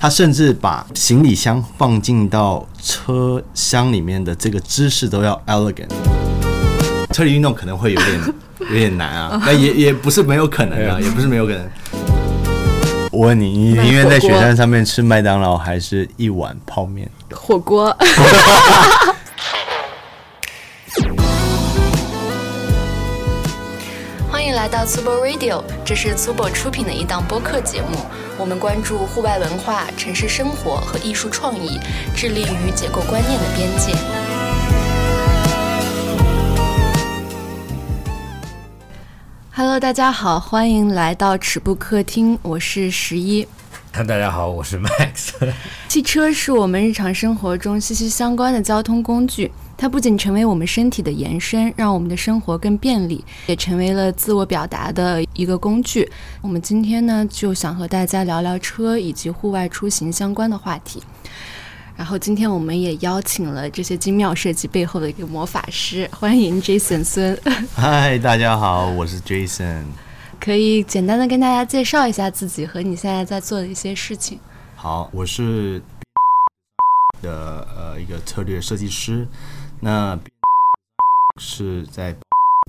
他甚至把行李箱放进到车厢里面的这个姿势都要 elegant。车里运动可能会有点有点难啊，但也也不是没有可能啊，也不是没有可能。我问你，你宁愿在雪山上面吃麦当劳，还是一碗泡面？火锅。 欢迎来到 Super Radio，这是 Super 出品的一档播客节目。我们关注户外文化、城市生活和艺术创意，致力于解构观念的边界。 Hello，大家好，欢迎来到尺部客厅，我是十一。大家好，我是 Max。汽车是我们日常生活中息息相关的交通工具，它不仅成为我们身体的延伸，让我们的生活更便利，也成为了自我表达的一个工具。我们今天呢，就想和大家聊聊车以及户外出行相关的话题。然后今天我们也邀请了这些精妙设计背后的一个魔法师，欢迎 Jason 孙， 嗨，大家好，我是 Jason。可以简单的跟大家介绍一下自己和你现在在做的一些事情。好，我是 的呃一个策略设计师，那 是在 集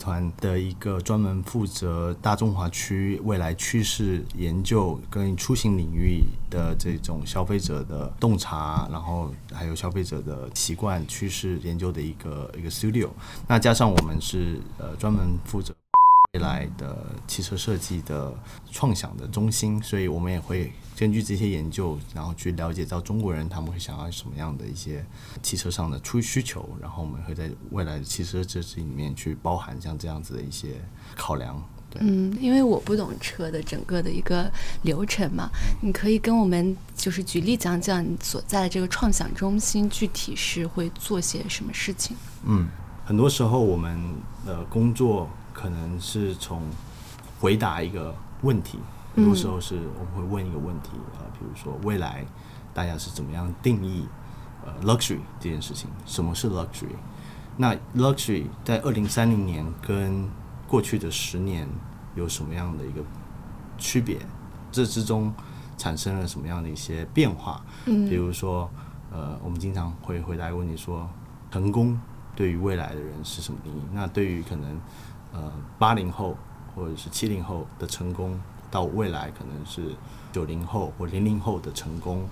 团的一个专门负责大中华区未来趋势研究跟出行领域的这种消费者的洞察，然后还有消费者的习惯趋势研究的一个一个 studio。那加上我们是呃专门负责未来的汽车设计的创想的中心，所以我们也会根据这些研究，然后去了解到中国人他们会想要什么样的一些汽车上的出需求，然后我们会在未来的汽车设计里面去包含像这样子的一些考量。对，嗯，因为我不懂车的整个的一个流程嘛，你可以跟我们就是举例讲讲你所在的这个创想中心具体是会做些什么事情。嗯，很多时候我们的工作可能是从回答一个问题，很多时候是我们会问一个问题，呃，比如说未来大家是怎么样定义呃 luxury 这件事情，什么是 luxury？那 luxury 在二零三零年跟过去的十年有什么样的一个区别？这之中产生了什么样的一些变化？嗯，比如说，呃，我们经常会回答一个问题说，成功对于未来的人是什么定义？那对于可能呃八零后或者是七零后的成功，到未来可能是九零后或零零后的成功，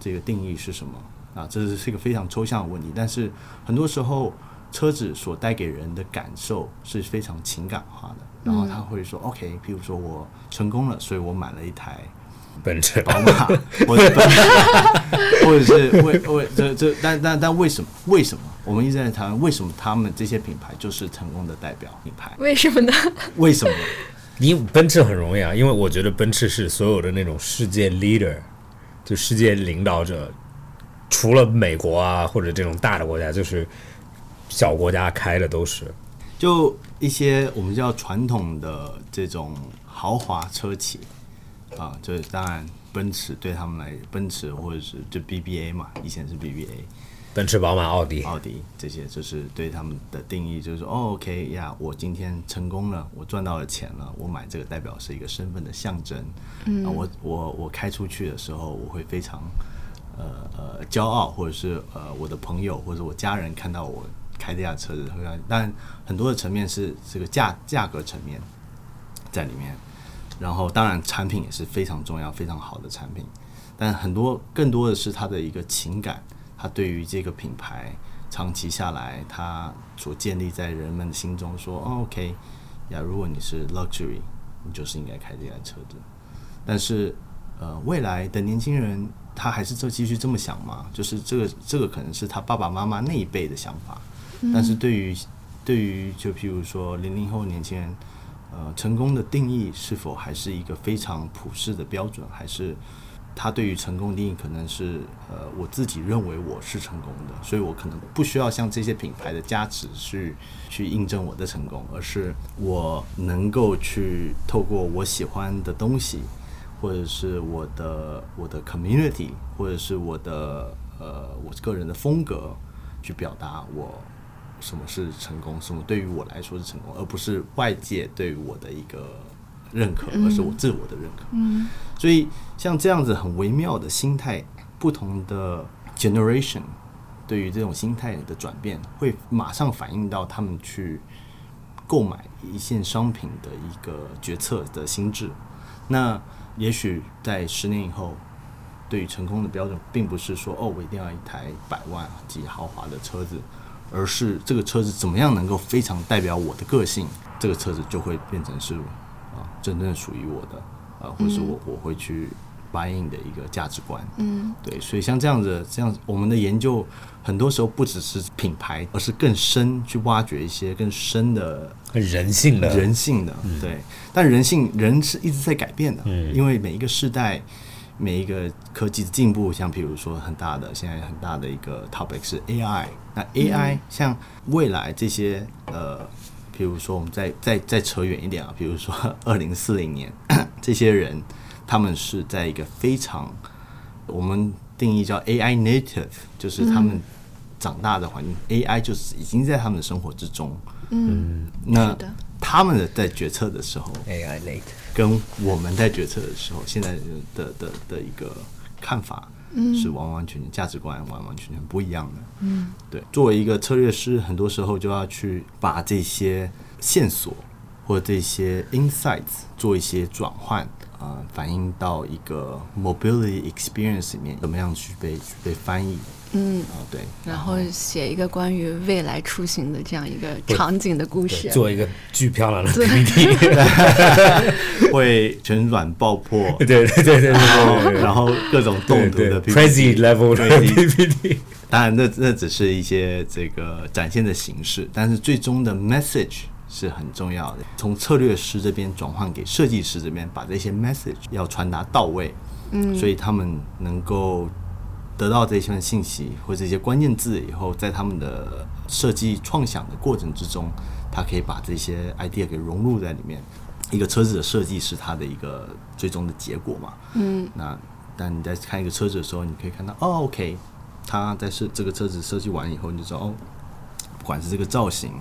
这个定义是什么？啊，这是是一个非常抽象的问题，但是很多时候车子所带给人的感受是非常情感化的。然后他会说、o k 譬如说我成功了，所以我买了一台本车宝马， 或者奔驰，或者是 为为这这，但但但为什么？为什么？我们一直在谈为什么他们这些品牌就是成功的代表品牌？为什么呢？为什么？你奔驰很容易啊，因为我觉得奔驰是所有的那种世界 leader，就世界领导者，除了美国啊或者这种大的国家，就是小国家开的都是。就一些我们叫传统的这种豪华车企啊，就是当然奔驰对他们来，奔驰或者是就 BBA 嘛，以前是 BBA，奔驰、宝马、奥迪，奥迪这些，就是对他们的定义，就是说，哦，OK 呀、我今天成功了，我赚到了钱了，我买这个代表是一个身份的象征。嗯，我我我开出去的时候，我会非常呃呃骄傲，或者是呃我的朋友或者我家人看到我开这辆车子，会让但很多的层面是这个价价格层面在里面，然后当然产品也是非常重要、非常好的产品，但很多更多的是他的一个情感，他对于这个品牌长期下来，他所建立在人们心中说、哦、，OK 呀，如果你是 luxury，你就是应该开这辆车子。但是呃，未来的年轻人他还是这继续这么想吗？就是这个这个可能是他爸爸妈妈那一辈的想法，但是对于对于就譬如说零零后年轻人，呃，成功的定义是否还是一个非常普世的标准，还是？他对于成功定义可能是，呃，我自己认为我是成功的，所以我可能不需要向这些品牌的加持去去印证我的成功，而是我能够去透过我喜欢的东西，或者是我的我的 community，或者是我的呃我个人的风格，去表达我什么是成功，什么对于我来说是成功，而不是外界对我的一个认可，而是我自我的认可。嗯，所以像这样子很微妙的心态，不同的 generation 对于这种心态的转变，会马上反映到他们去购买一件商品的一个决策的心智。那也许在十年以后，对于成功的标准，并不是说哦，我一定要一台百万级豪华的车子，而是这个车子怎么样能够非常代表我的个性，这个车子就会变成是啊、真正属于我的啊、或是我我会去 buy in 的一个价值观。嗯，对，所以像这样子，这样子我们的研究很多时候不只是品牌，而是更深去挖掘一些更深的很人性的嗯人性的，对。但人性人是一直在改变的，因为每一个世代，每一个科技的进步，像比如说很大的现在很大的一个 topic 是 AI，那 AI、像嗯未来这些呃，比如说我们再再再扯远一点啊，比如说二零四零年 这些人，他们是在一个非常我们定义叫 AI native，就是他们长大的环境、AI 就是已经在他们的生活之中。嗯，那的他们的在决策的时候， AI late。跟我们在决策的时候，现在的的的的一个看法，是完完全全价值观完完全全不一样的。嗯，对，作为一个策略师，很多时候就要去把这些线索或这些 insights 做一些转换。啊、反映到一个 mobility experience 里面，怎么样去被去被翻译？嗯，啊、对，然后写一个关于未来出行的这样一个场景的故事。做一个巨漂亮的 PPT，会全软爆 破，对对对对对对，然后各种动毒对的 crazy level 的 Crazy PPT，当然那，那只是一些这个展现的形式，但是最终的 message 是很重要的。从策略师这边转换给设计师这边，把这些 message 要传达到位，嗯，所以他们能够得到这些信息或者一些关键字以后，在他们的设计创想的过程之中，他可以把这些 idea 给融入在里面。一个车子的设计是它的一个最终的结果嘛，嗯，那但你在看一个车子的时候，你可以看到哦，OK，它在设这个车子设计完以后，你就知道哦，不管是这个造型，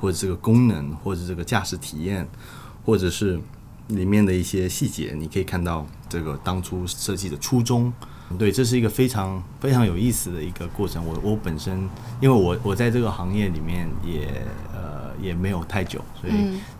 或者这个功能，或者这个驾驶体验，或者是里面的一些细节，你可以看到这个当初设计的初衷。对，这是一个非常非常有意思的一个过程。我我本身，因为我我在这个行业里面也呃也没有太久，所以、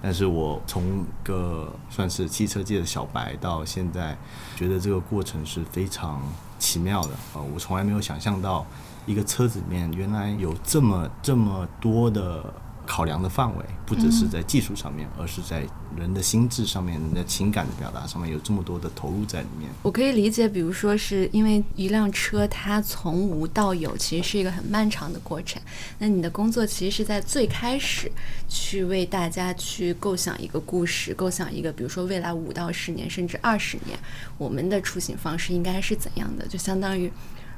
但是我从一个算是汽车界的小白到现在，觉得这个过程是非常奇妙的。呃，我从来没有想象到一个车子里面原来有这么这么多的考量的范围，不只是在技术上面，而是在人的心智上面、人的情感的表达上面有这么多的投入在里面。我可以理解，比如说是因为一辆车它从无到有，其实是一个很漫长的过程。那你的工作其实是在最开始去为大家去构想一个故事，构想一个，比如说未来五到十年甚至二十年，我们的出行方式应该是怎样的？就相当于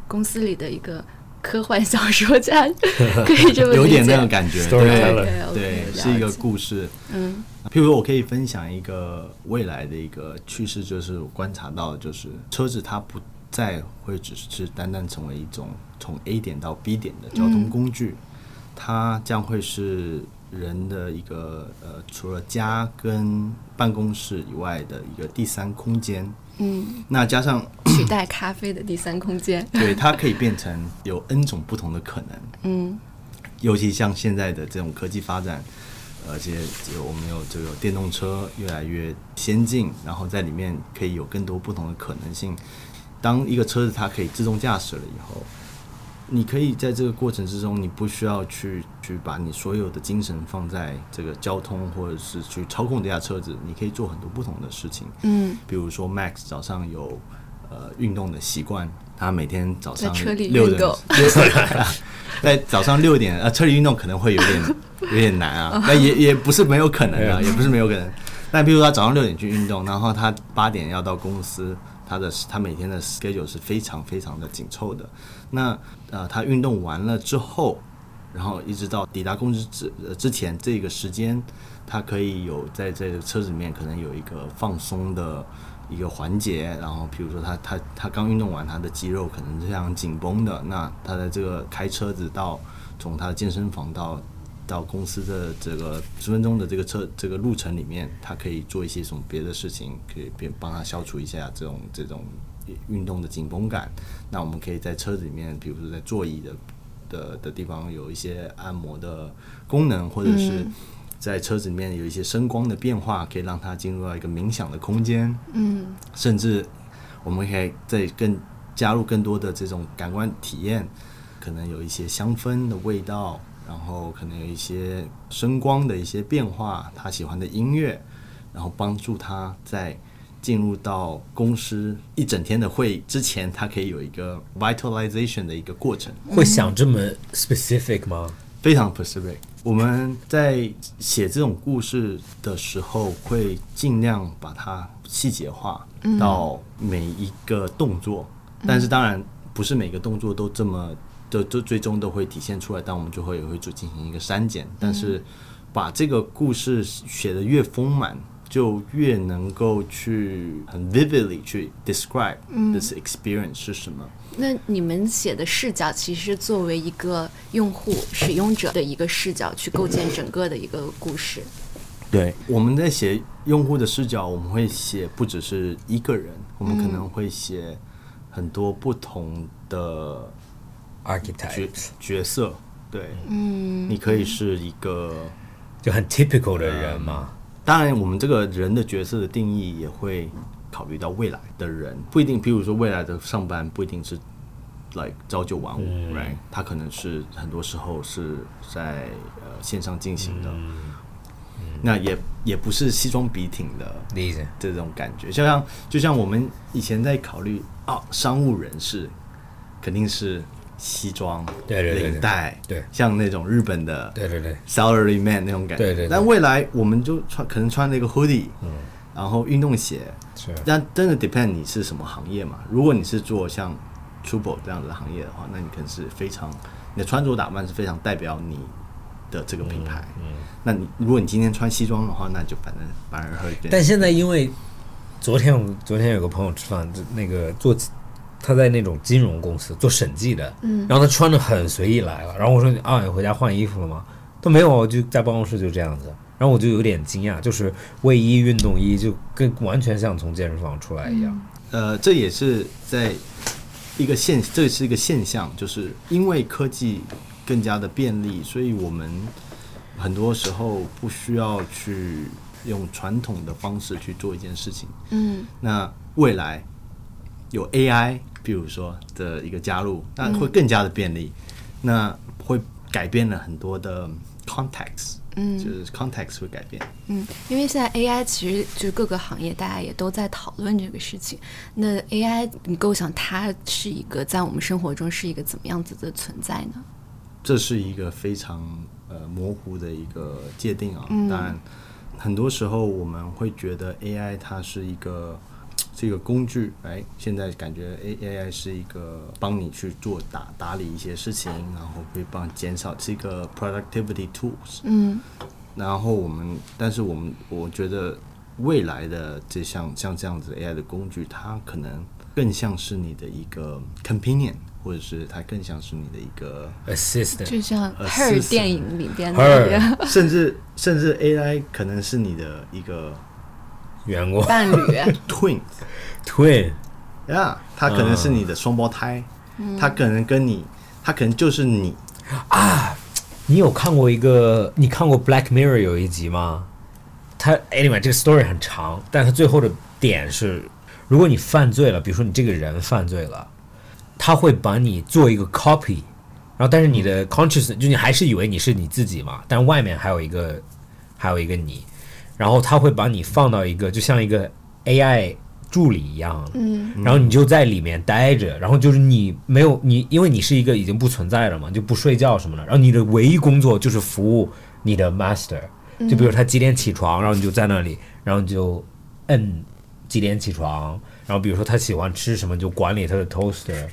公司里的一个科幻小说家， 可以这么理解。有点那种感觉， Storyteller 对对 OK，，是一了个解故事。嗯，譬如说我可以分享一个未来的一个趋势，就是我观察到，的就是车子它不再会只是单单成为一种从 A 点到 B 点的交通工具，嗯它将会是人的一个呃，除了家跟办公室以外的一个第三空间。嗯，那加上取代咖啡的第三空间。对，它可以变成有 N 种不同的可能。嗯，尤其像现在的这种科技发展，呃而且有我们有这个电动车越来越先进，然后在里面可以有更多不同的可能性。当一个车子它可以自动驾驶了以后，你可以在这个过程之中，你不需要去去把你所有的精神放在这个交通，或者是去操控这架车子，你可以做很多不同的事情。嗯，比如说 Max 早上有呃运动的习惯，他每天早上在车里六运点动，在早上六点呃车里运动可能会有点有点难啊，但也也不是没有可能的，也不是没有可能。但比如他早上六点去运动，然后他八点要到公司，他的他每天的 schedule 是非常非常的紧凑的。那呃，他运动完了之后，然后一直到抵达公司之呃之前这个时间，他可以有在在车子里面可能有一个放松的一个环节，然后比如说他他他刚运动完，他的肌肉可能是非常紧绷的，那他在这个开车子到从他的健身房到到公司的这个十分钟的这个车这个路程里面，他可以做一些什么别的事情，可以帮帮他消除一下这种这种运动的紧绷感。那我们可以在车子里面，比如说在座椅的的的地方有一些按摩的功能，或者是在车子里面有一些声光的变化，可以让它进入到一个冥想的空间。嗯，甚至我们可以再更加入更多的这种感官体验，可能有一些香氛的味道，然后可能有一些声光的一些变化，他喜欢的音乐，然后帮助他在进入到公司一整天的会议之前，他可以有一个 vitalization 的一个过程。会想这么 specific 吗？非常 specific。我们在写这种故事的时候，会尽量把它细节化到每一个动作，但是当然不是每个动作都这么，都都最终都会体现出来。但我们就会也会做进行一个删减，但是把这个故事写得越丰满，就越能够去很 vividly 去 describe this experience 是什么。那你们写的视角其实作为一个用户使用者的一个视角去构建整个的一个故事。对，我们在写用户的视角，我们会写不只是一个人，我们可能会写很多不同的 architect 角角色。对，嗯，你可以是一个，就很 typical 的人嘛。当然，我们这个人的角色的定义也会考虑到未来的人，不一定，譬如说未来的上班不一定是。like 朝九晚五、r i g h t 他可能是很多时候是在呃线上进行的，那也也不是西装笔挺的，理解。这种感觉，就像就像我们以前在考虑啊，商务人士肯定是西装、对对对对领带，对像那种日本的对对对， salary man 那种感觉。对对嗯对但未来我们就穿可能穿了一个 hoodie，然后运动鞋，是但真的 depend 你是什么行业嘛？如果你是做像 Trouble 这样子的行业的话，那你可能是非常你的穿着打扮是非常代表你的这个品牌。嗯那你如果你今天穿西装的话，那就反正反而会变。但现在因为昨天我昨天有个朋友吃饭，就那个做他在那种金融公司做审计的，嗯，然后他穿的很随意来了，然后我说啊，你回家换衣服了吗？他没有，我就在办公室就这样子。然后我就有点惊讶，就是卫衣、运动衣就跟完全像从健身房出来一样。呃，这也是在一个现，这是一个现象，就是因为科技更加的便利，所以我们很多时候不需要去用传统的方式去做一件事情。嗯，那未来有 AI，比如说的一个加入，那会更加的便利，那会改变了很多的 context，嗯，就是 context 会改变。嗯，因为现在 AI 其实就是各个行业大家也都在讨论这个事情。那 AI 你构想它是一个在我们生活中是一个怎么样子的存在呢？这是一个非常呃模糊的一个界定啊。当然，很多时候我们会觉得 AI 它是一个是一个工具，哎，现在感觉 A AI 是一个帮你去做打打理一些事情，然后会帮减少这个 productivity tools。嗯然后我们，但是我们我觉得未来的这项像这样子的 AI 的工具，它可能更像是你的一个 companion，或者是它更像是你的一个。 Assistant，就像 Her Her Assistant 电电影里边的那的个 呃 Her 甚至甚至 AI 可能是你的一个员工 伴侣， twin， twin 呀，它可能是你的双胞胎，它可能跟你，它可能就是你，你有看过一个？你看过《Black Mirror》有一集吗？它 anyway 这个 story 很长，但它最后的点是，如果你犯罪了，比如说你这个人犯罪了，他会把你做一个 copy，然后但是你的 conscious 就你还是以为你是你自己嘛，但外面还有一个还有一个你，然后他会把你放到一个就像一个 AI 助理一样，嗯，然后你就在里面待着，然后就是你没有你，因为你是一个已经不存在了嘛，就不睡觉什么的，然后你的唯一工作就是服务你的 master，就比如他几点起床，然后你就在那里，然后你就摁几点起床，然后比如说他喜欢吃什么，你就管理他的 toaster。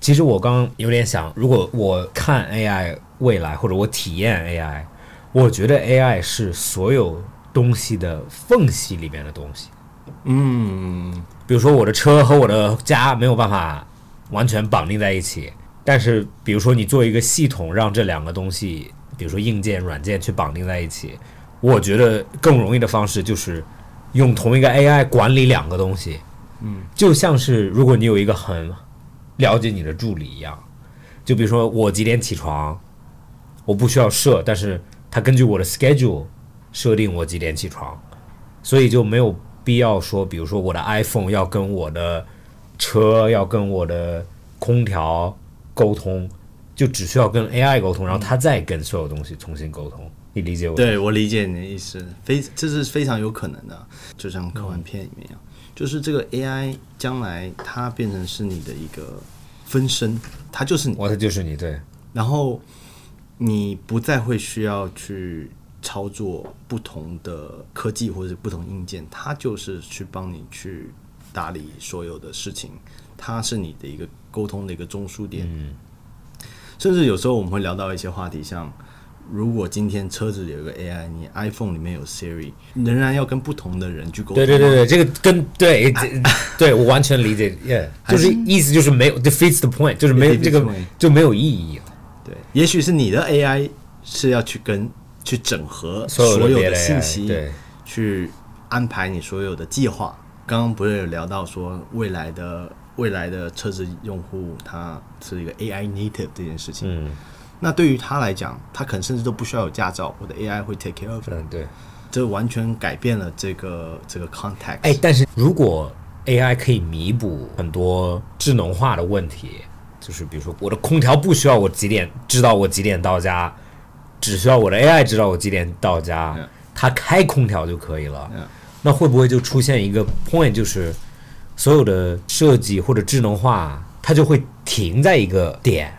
其实我刚刚有点想，如果我看 AI 未来，或者我体验 AI，我觉得 AI 是所有东西的缝隙里面的东西。嗯，比如说我的车和我的家没有办法完全绑定在一起，但是比如说你做一个系统，让这两个东西，比如说硬件、软件去绑定在一起，我觉得更容易的方式就是用同一个 AI 管理两个东西。嗯，就像是如果你有一个很了解你的助理一样，就比如说我几点起床，我不需要设，但是他根据我的 schedule 设定我几点起床，所以就没有必要说，比如说我的 iPhone 要跟我的车要跟我的空调沟通，就只需要跟 AI 沟通，然后它再跟所有东西重新沟通。你理解我？，对我理解你的意思，非这是非常有可能的，就像科幻片里面一样，就是这个 AI 将来它变成是你的一个分身，它就是你，我的就是你对，然后你不再会需要去操作不同的科技或者不同硬件，它就是去帮你去打理所有的事情，它是你的一个沟通的一个中枢点。嗯甚至有时候我们会聊到一些话题，像如果今天车子有一个 AI，你 iPhone 里面有 Siri，仍然要跟不同的人去沟通。对对对对，这个跟 对这对我完全理解，yeah, 就是意思就是没有 defeats the point，就是没有 Defeats 这个 the point 就没有意义了。对，也许是你的 AI 是要去跟去整合所有的所有别的的信 AI 息，对去安排你所有的计划。刚刚不是有聊到说未来的未来的车子用户他是一个 AI native 这件事情，嗯那对于他来讲，他可能甚至都不需要有驾照，我的 AI 会 take care of，it，嗯，对。这完全改变了这个这个 context。哎，但是如果 AI 可以弥补很多智能化的问题，就是比如说我的空调不需要我几点知道我几点到家，只需要我的 AI 知道我几点到家 Yeah. 它开空调就可以了。 Yeah. 那会不会就出现一个 point，就是所有的设计或者智能化，它就会停在一个点，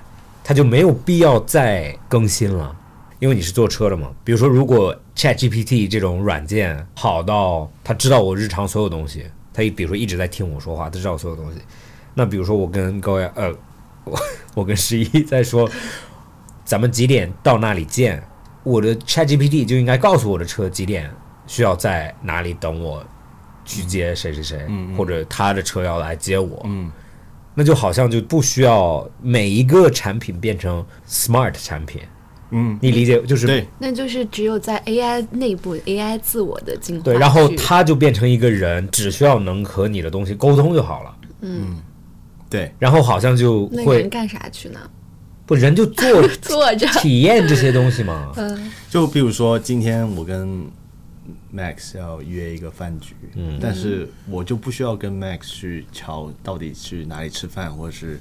它就没有必要再更新了。因为你是坐车的嘛，比如说，如果 Chat GPT 这种软件好到它知道我日常所有东西，它一比如说一直在听我说话，它知道我所有东西。那比如说我跟高阳，呃，我我跟十一在说，咱们几点到那里见？我的 Chat GPT 就应该告诉我的车几点需要在哪里等我去接谁谁谁，或者他的车要来接我。嗯，那就好像就不需要每一个产品变成 smart 产品。嗯，你理解就是对那就是只有在 AI 内部 AI 自我的进化对，然后去他就变成一个人，只需要能和你的东西沟通就好了。对，然后好像就那人会干啥去呢？不人就做 坐着。体验这些东西嘛。呃就比如说，今天我跟 Max 要约一个饭局，但是我就不需要跟 Max 去瞧到底去哪里吃饭，或者是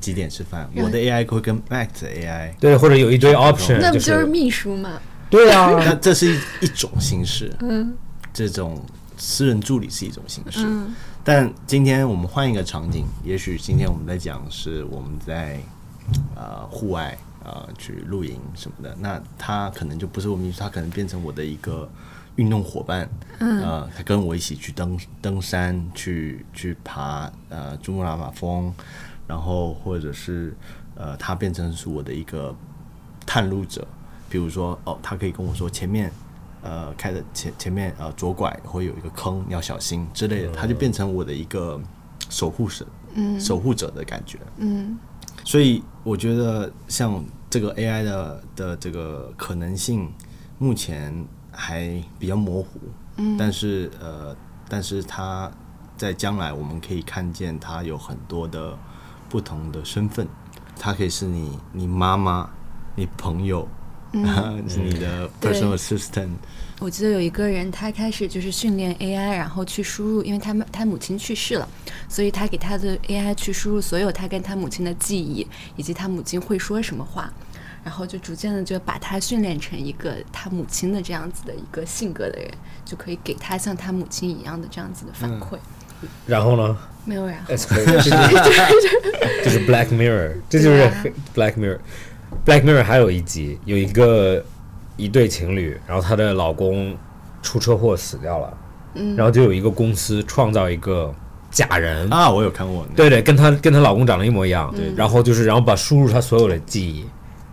几点吃饭。我的 AI 会跟 Max 的 AI，对，或者有一堆 option，那不就就是是秘书吗？对啊，那这是一一种形式，这种私人助理是一种形式。但今天我们换一个场景，也许今天我们在讲是我们在呃户外呃去露营什么的，那他可能就不是我秘书，他可能变成我的一个运动伙伴，呃，他跟我一起去登登山，去去爬呃珠穆朗玛峰，然后或者是呃他变成是我的一个探路者，比如说哦，他可以跟我说前面。呃，开的前前面呃左拐会有一个坑，你要小心之类的，他就变成我的一个守护神，嗯，守护者的感觉，所以我觉得像这个 AI 的的这个可能性，目前还比较模糊。嗯，但是呃，但是它在将来我们可以看见它有很多的不同的身份，它可以是你你妈妈、你朋友， 是你的对 personal assistant，我记得有一个人，他开始就是训练 AI，然后去输入，因为他们他母亲去世了，所以他给他的 AI 去输入所有他跟他母亲的记忆，以及他母亲会说什么话，然后就逐渐的就把他训练成一个他母亲的这样子的一个性格的人，就可以给他像他母亲一样的这样子的反馈。然后呢没有啊然后， ？That's crazy，这 就是就是 Black Mirror，这就是对啊 Black Mirror。Black Mirror 还有一集，有一个一对情侣，然后她的老公出车祸死掉了，然后就有一个公司创造一个假人，啊，我有看过，对对，跟她跟她老公长得一模一样，然后就是然后把输入她所有的记忆，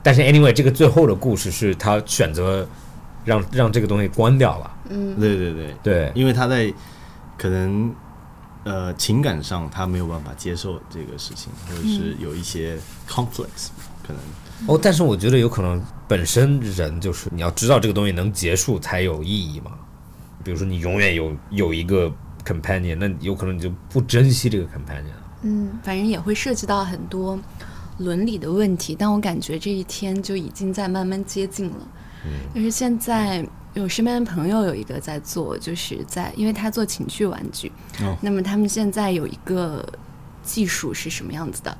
但是 anyway 这个最后的故事是她选择让让这个东西关掉了，对对对，对，因为他在可能呃情感上他没有办法接受这个事情，或者是有一些 conflicts，可能哦，但是我觉得有可能本身人就是你要知道这个东西能结束才有意义嘛。比如说你永远有有一个 companion，那有可能你就不珍惜这个 companion。嗯，反正也会涉及到很多伦理的问题，但我感觉这一天就已经在慢慢接近了。就是现在，我身边的朋友有一个在做，就是在因为他做情趣玩具，哦那么他们现在有一个技术是什么样子的？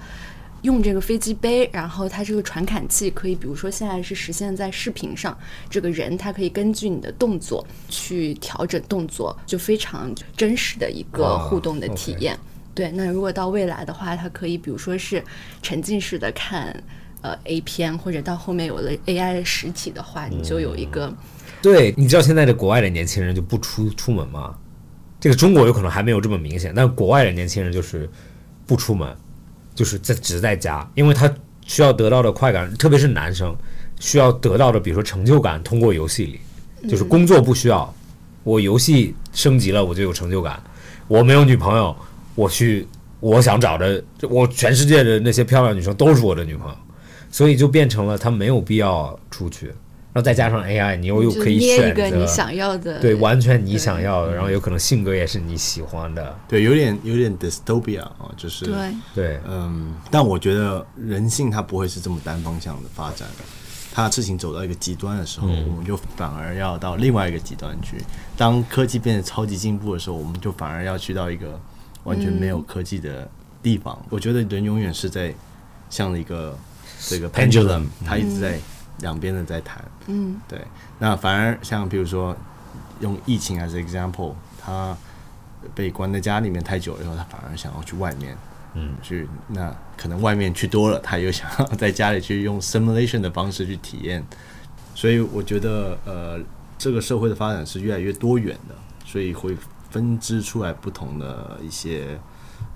用这个飞机杯，然后它这个传感器可以，比如说现在是实现在视频上，这个人他可以根据你的动作去调整动作，就非常真实的一个哇互动的体 OK 验。对，那如果到未来的话，它可以比如说是沉浸式的看呃 A 片，或者到后面有了 AI 的实体的话，你就有一个、嗯对，你知道现在的国外的年轻人就不出出门吗？这个中国有可能还没有这么明显，但国外的年轻人就是不出门，就是在只在家，因为他需要得到的快感，特别是男生需要得到的，比如说成就感，通过游戏嗯里，就是工作不需要，我游戏升级了我就有成就感，我没有女朋友，我去我想找的，我全世界的那些漂亮女生都是我的女朋友，所以就变成了他没有必要出去。然后再加上 AI，你又又就可以捏一选个你择，想要的。对，完全你想要的，然后有可能性格也是你喜欢的，对有点有点 dystopia 啊，就是对对，嗯，但我觉得人性它不会是这么单方向的发展，它事情走到一个极端的时候，我们就反而要到另外一个极端去。当科技变得超级进步的时候，我们就反而要去到一个完全没有科技的地方。我觉得人永远是在像一个这个 Pendulum pendulum，它一直在两边的在弹。嗯，对。那反而像比如说用疫情 as example，它被关在家里面太久了以后，他反而想要去外面。去，那可能外面去多了，他又想要在家里去用 simulation 的方式去体验，所以我觉得呃，这个社会的发展是越来越多元的，所以会分支出来不同的一些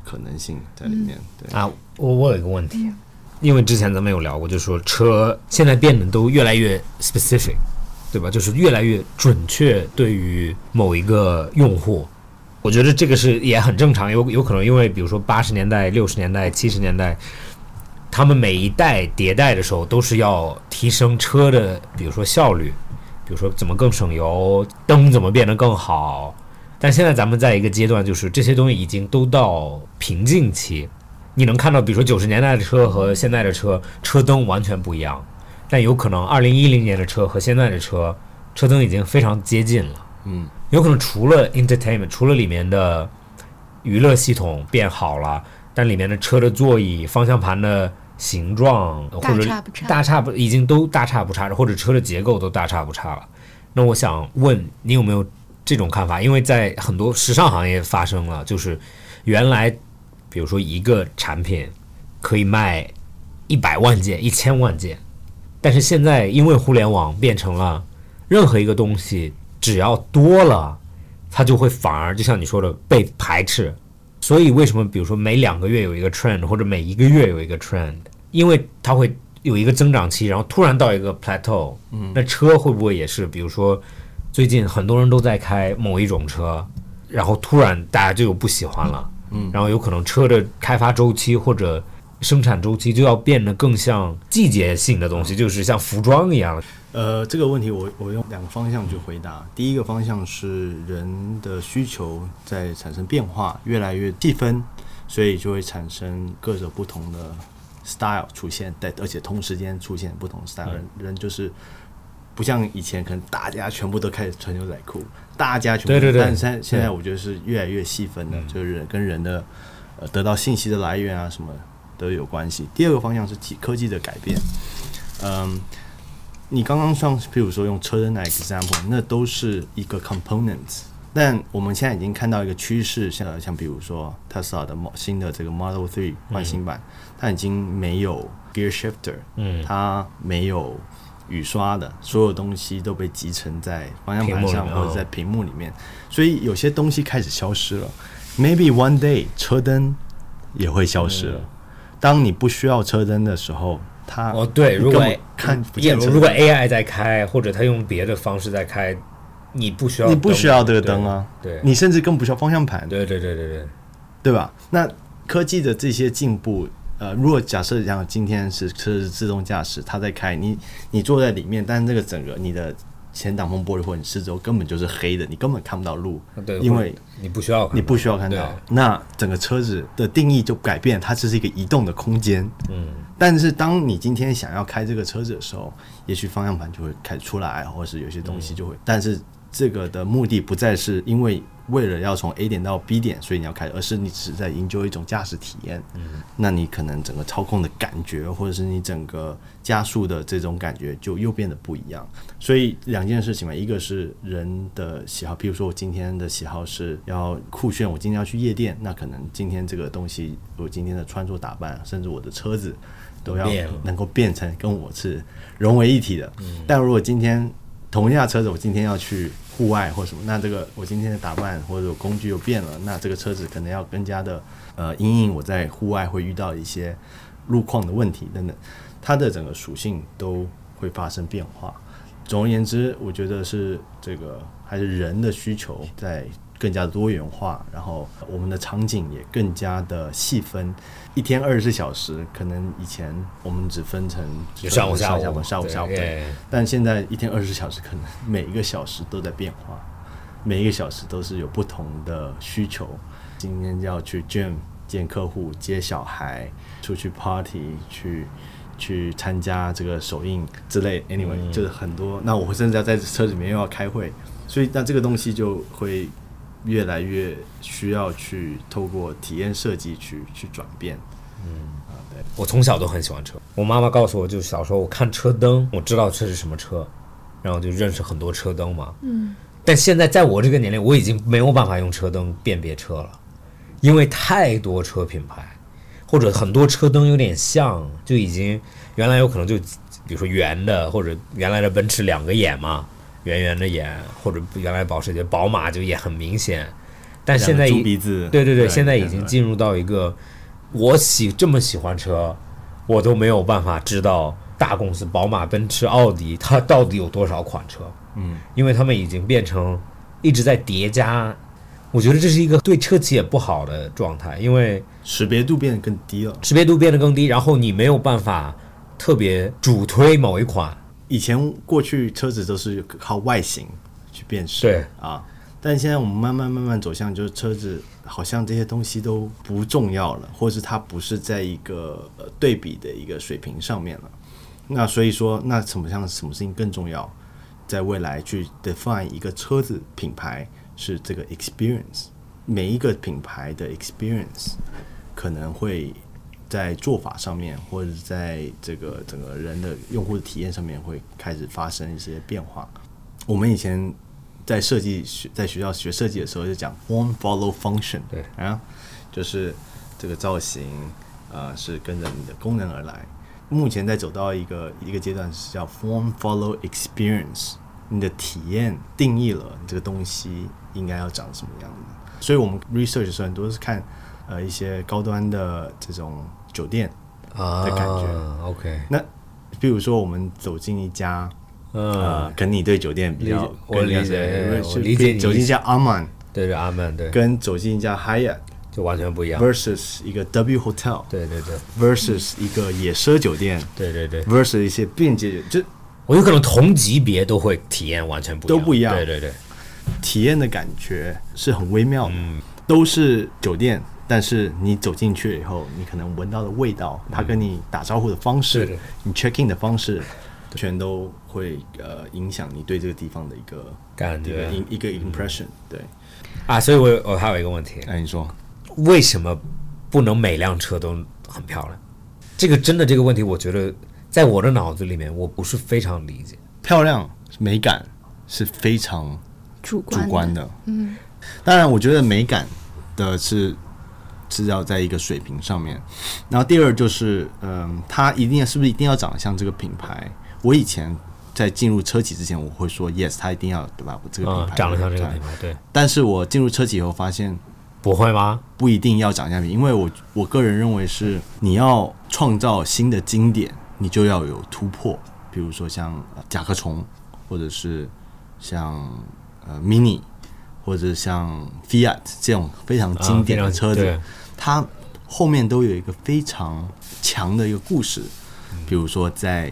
可能性在里面。对，啊，我我有一个问题，因为之前咱们有聊过，就说车现在变得都越来越 specific，对吧？就是越来呃越准确对于某一个用户。我觉得这个是也很正常，有有可能因为比如说八十年代、六十年代、七十年代，他们每一代迭代的时候都是要提升车的，比如说效率，比如说怎么更省油，灯怎么变得更好。但现在咱们在一个阶段，就是这些东西已经都到瓶颈期，你能看到，比如说九十年代的车和现在的车，车灯完全不一样，但有可能二零一零年的车和现在的车，车灯已经非常接近了。嗯，有可能除了 entertainment，除了里面的娱乐系统变好了，但里面的车的座椅、方向盘的形状或者差不差大差不已经都大差不差了，或者车的结构都大差不差了。那我想问你有没有这种看法？因为在很多时尚行业发生了，就是原来比如说一个产品可以卖一百万件、一千万件，但是现在因为互联网变成了任何一个东西只要多了，它就会反而就像你说的被排斥。所以为什么比如说每两个月有一个 trend，或者每一个月有一个 trend，因为它会有一个增长期，然后突然到一个 plateau。嗯，那车会不会也是，比如说最近很多人都在开某一种车，然后突然大家就不喜欢了。嗯，然后有可能车的开发周期或者生产周期就要变得更像季节性的东西，就是像服装一样。呃，这个问题我我用两个方向去回答。第一个方向是人的需求在产生变化，越来越细分，所以就会产生各种不同的 style 出现，但而且同时间出现不同 style，、人嗯人就是不像以前可能大家全部都开始穿牛仔裤，大家全部对对对嗯但现在现在我觉得是越来越细分的，就是人跟人的呃得到信息的来源啊什么都有关系。第二个方向是技科技的改变，嗯。你刚刚上，比如说用车灯来 example，那都是一个 component。但我们现在已经看到一个趋势，像像比如说 Tesla 的 mo- 新的这个 Model 嗯3换新版，它已经没有 gear shifter，嗯它没有雨刷的，所有东西都被集成在方向屏幕盘里上面或者哦在屏幕里面，所以有些东西开始消失了。Maybe one day 车灯也会消失了。当你不需要车灯的时候，它嗯哦，对，你如果根本啊看不也见车灯如果 AI 在开，或者它用别的方式在开，你不需要你不需要这个灯啊，对，你甚至更不需要方向盘。对对对对对，对吧？那科技的这些进步，呃，如果假设讲今天是车是自动驾驶，它在开，你你坐在里面，但是这个整个你的前挡风玻璃或者你四周根本就是黑的，你根本看不到路，对，因为你不需要看你不需要看对到。那整个车子的定义就改变，它只是一个移动的空间。嗯，但是当你今天想要开这个车子的时候，也许方向盘就会开始出来，或者是有些东西就会，但是这个的目的不再是因为为了要从 A 点到 B 点，所以你要开，而是你只是在研究一种驾驶体验。嗯，那你可能整个操控的感觉，或者是你整个加速的这种感觉，就又变得不一样。所以两件事情嘛，一个是人的喜好，譬如说我今天的喜好是要酷炫，我今天要去夜店，那可能今天这个东西，我今天的穿着打扮，甚至我的车子。都要变了能够变成跟我是融为一体的。但如果今天同一辆车子，我今天要去户外或什么，那这个我今天的打扮或者我工具又变了，那这个车子可能要更加的呃，因应我在户外会遇到一些路况的问题等等，它的整个属性都会发生变化。总而言之，我觉得是这个还是人的需求在更加多元化，然后我们的场景也更加的细分。一天二十四小时，可能以前我们只分成就上午下下午班上午下午，对对哎但现在一天二十小时，可能每一个小时都在变化，每一个小时都是有不同的需求。今天要去 gym 见客户、接小孩、出去 party 去。去参加这个首映之类，anyway，、就是嗯很多。那我甚至要在车里面又要开会，所以那这个东西就会越来越需要去透过体验设计去去转变。我从小都很喜欢车，我妈妈告诉我，就小时候我看车灯，我知道这是什么车，然后就认识很多车灯嘛。嗯。但现在在我这个年龄，我已经没有办法用车灯辨别车了，因为太多车品牌，或者很多车灯有点像，就已经原来有可能就比如说圆的，或者原来的奔驰两个眼嘛，圆圆的眼，或者原来保时捷、宝马就也很明显，但现在两个已猪鼻子，对对对，现在已经对进入到一个我喜这么喜欢车，我都没有办法知道大公司宝马、奔驰、奥迪它到底有多少款车。嗯，因为他们已经变成一直在叠加，我觉得这是一个对车企也不好的状态，因为识别度变得更低了。识别度变得更低，然后你没有办法特别主推某一款。以前过去车子都是靠外形去辨识，对啊，但现在我们慢慢慢慢走向，就是车子好像这些东西都不重要了，或是它不是在一个呃对比的一个水平上面了。那所以说，那什么像什么事情更重要？在未来去 define 一个车子品牌是这个 experience，每一个品牌的 experience 可能会在做法上面，或者是在这个整个人的用户的体验上面会开始发生一些变化。我们以前在设计学在学校学设计的时候就讲 form follow function，对啊，就是这个造型呃是跟着你的功能而来。目前在走到一个一个阶段是叫 form follow experience，你的体验定义了你这个东西应该要长什么样子。所以我们 research 的时候很多是看呃一些高端的这种酒店，啊的感觉 OK，那比如说我们走进一家。呃嗯，，跟你对酒店比较理解，我理解跟你我理解你走进一家 Aman 对对，阿曼对，跟走进一家 Hyatt 就完全不一样。 versus 一个 W Hotel 对对对 versus 一个野奢酒店对对对。 versus 一些便捷酒，就我有可能同级别都会体验完全不一样，都不一样对对对，体验的感觉是很微妙的，都是酒店。但是你走进去以后，你可能闻到的味道，他跟你打招呼的方式，对的你 check in 的方式，全都会呃影响你对这个地方的一个感一觉个一个 impression、对，啊，所以我我还有一个问题，嗯哎，你说，为什么不能每辆车都很漂亮？这个真的这个问题，我觉得在我的脑子里面，我不是非常理解。漂亮美感是非常主主观的观的，嗯，当然我觉得美感的是是要在一个水平上面，然后第二就是，嗯，它一定是不是一定要长得像这个品牌？我以前在进入车企之前，我会说 yes，它一定要对吧？我这个品嗯牌、，长得像这个品。牌，对，但是我进入车企以后发现，不会吗？不一定要长相比，因为我我个人认为是你要创造新的经典，你就要有突破，比如说像呃甲壳虫，或者是像呃 mini，或者像 Fiat 这种非常经典的车啊子，非常对它后面都有一个非常强的一个故事。比如说在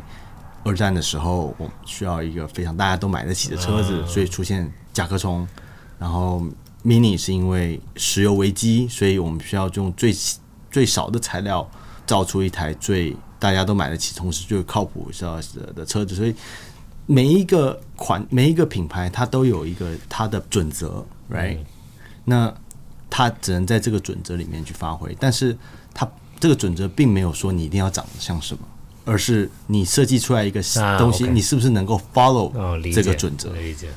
二战的时候，我们需要一个非常大家都买得起的车子，所以出现甲壳虫。然后 Mini 是因为石油危机，所以我们需要用最最少的材料造出一台最大家都买得起，同时最靠谱的的车子。所以每一个款、每一个品牌，它都有一个它的准则，right？、那它只能在这个准则里面去发挥，但是它这个准则并没有说你一定要长得像什么，而是你设计出来一个啊东西， ，OK 你是不是能够 follow 哦，理解这个准则？理解。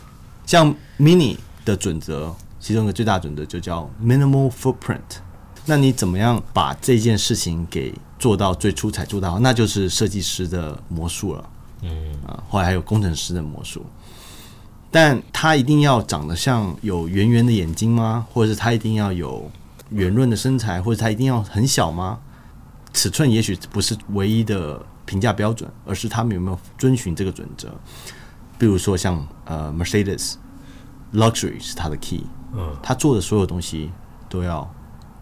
像 Mini 的准则，其中一个最大准则就叫 minimal footprint。那你怎么样把这件事情给做到最出彩、做到，那就是设计师的魔术了。嗯，啊，后来还有工程师的魔术。但他一定要长得像有圆圆的眼睛吗？或者是他一定要有圆润的身材，或者他一定要很小吗？尺寸也许不是唯一的评价标准，而是他们有没有遵循这个准则。比如说像呃 Mercedes luxury 是它的 key，嗯，他做的所有东西都要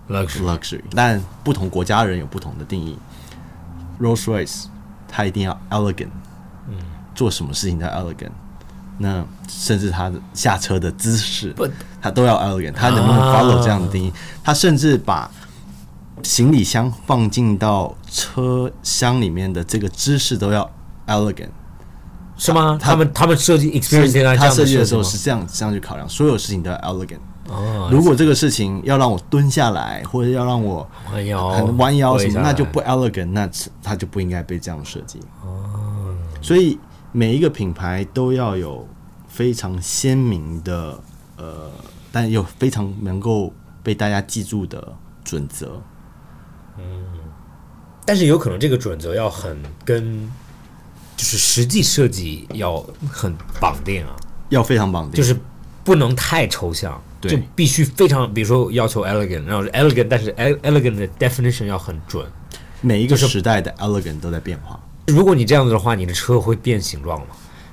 luxury luxury，但不同国家人有不同的定义。Rolls Royce 它一定要 elegant，嗯，做什么事情都要 elegant。那甚至他的下车的姿势，他都要 elegant，他能不能 follow 这样的定义？啊他甚至把行李箱放进到车厢里面的这个姿势都要 elegant。是吗？他他们他们设计 experience 应该这他样设计的时候吗是这样这样去考量，所有事情都要 elegant。哦，如果这个事情要让我蹲下来，或者要让我弯腰很弯腰什哦么，跪下那就来不 elegant，那它就不应该被这样设计。所以每一个品牌都要有非常鲜明的呃，但又非常能够被大家记住的准则。但是有可能这个准则要很跟，就是实际设计要很绑定啊，要非常绑定，就是不能太抽象，对就必须非常，比如说要求 elegant，然后是 elegant，但是 ele- elegant 的 definition 要很准。每一个就是时代的 elegant 都在变化。如果你这样子的话，你的车会变形状吗？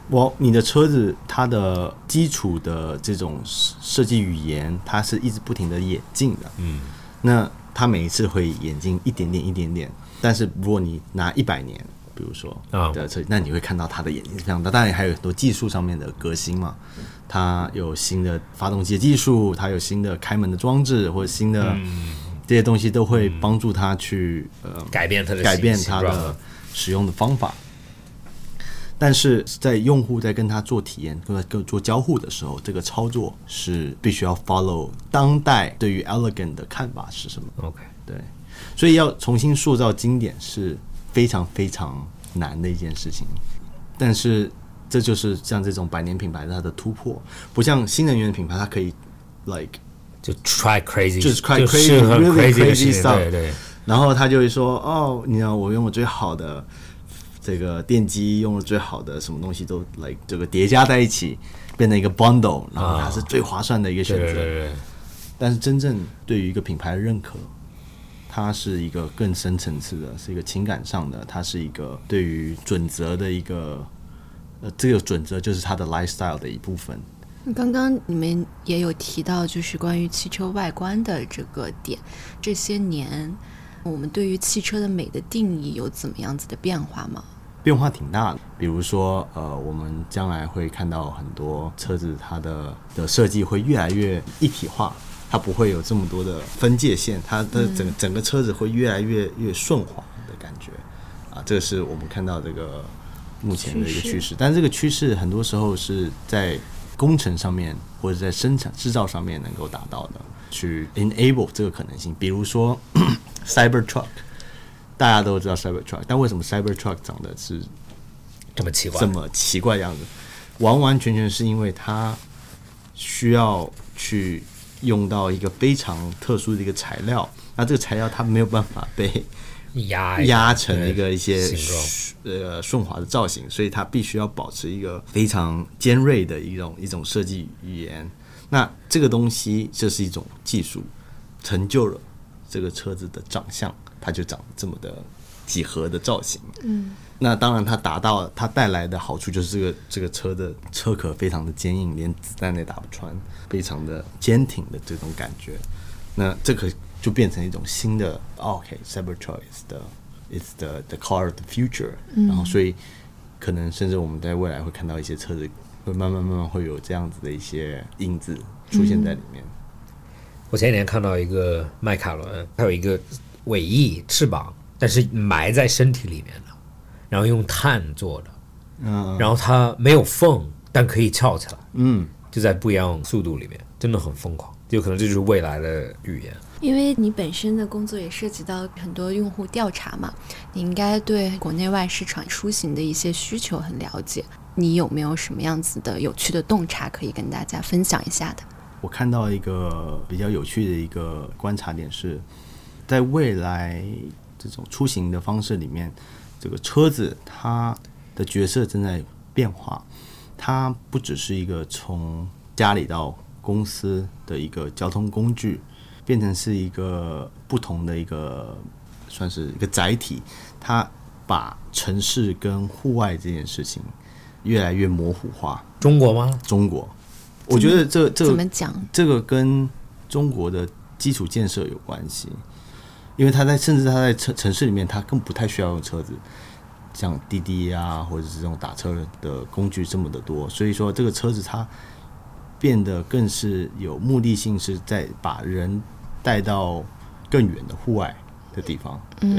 我你的车子它的基础的这种设设计语言，它是一直不停的演进的。嗯，那它每一次会演进一点点一点点，但是如果你拿一百年，比如说啊的车，那你会看到它的演进是非常大。当然还有很多技术上面的革新嘛，它有新的发动机的技术，它有新的开门的装置或者新的这些东西都会帮助它去呃改变它的改变形啊它状的使用的方法。但是在用户在跟它做体验、跟它跟做交互的时候，这个操作是必须要 follow 当代对于 elegant 的看法是什么。 OK，对，所以要重新塑造经典是非常非常难的一件事情。但是这就是像这种百年品牌它的突破，不像新能源品牌，它可以 like 就 try crazy，就是 try 是很 crazy，really crazy 的 crazy 事情， stuff 对对。然后他就会说：“哦，你看我用了最好的这个电机，用了最好的什么东西都来这个叠加在一起，变成一个 bundle，然后它是最划算的一个选啊择。对对对对，但是真正对于一个品牌的认可，它是一个更深层次的，是一个情感上的，它是一个对于准则的一个，呃，这个准则就是它的 lifestyle 的一部分。刚刚你们也有提到，就是关于汽车外观的这个点。这些年，我们对于汽车的美的定义有怎么样子的变化吗？变化挺大的。比如说，呃，我们将来会看到很多车子，它的的设计会越来越一体化，它不会有这么多的分界线，它的整、整个车子会越来越越顺滑的感觉。啊，这是我们看到这个目前的一个趋势。但这个趋势很多时候是在工程上面或者在生产制造上面能够达到的，去 enable 这个可能性。比如说 Cybertruck，大家都知道 Cybertruck，但为什么 Cybertruck 长得是这么奇怪这，么奇怪的样子？完完全全是因为它需要去用到一个非常特殊的一个材料，那这个材料它没有办法被压压成一个对一些形状。呃顺滑的造型，所以它必须要保持一个非常尖锐的一种一种设计语言。那这个东西这是一种技术，成就了这个车子的长相，它就长得这么的几何的造型。嗯，那当然它达到它带来的好处就是这个这个车的车壳非常的坚硬，连子弹也打不穿，非常的坚挺的这种感觉。那这个就变成一种新的哦 OK，Cybertruck、is the is the the car of the future、然后所以可能甚至我们在未来会看到一些车子会慢慢慢慢会有这样子的一些影子出现在里面。我前几天看到一个迈凯伦，它有一个尾翼翅膀，但是埋在身体里面的，然后用碳做的，嗯然后它没有缝，但可以翘起来，嗯，就在不一样速度里面，真的很疯狂。有可能这就是未来的语言。因为你本身的工作也涉及到很多用户调查嘛，你应该对国内外市场出行的一些需求很了解。你有没有什么样子的有趣的洞察可以跟大家分享一下的？我看到一个比较有趣的一个观察点是，在未来这种出行的方式里面，这个车子它的角色正在变化，它不只是一个从家里到公司的一个交通工具，变成是一个不同的一个算是一个载体，它把城市跟户外这件事情越来越模糊化。中国吗？中国，我觉得这这怎个么讲？这个跟中国的基础建设有关系，因为他在甚至他在城城市里面，他更不太需要用车子，像滴滴啊，或者是这种打车的工具这么的多，所以说这个车子它变得更是有目的性，是在把人带到更远的户外的地方。对，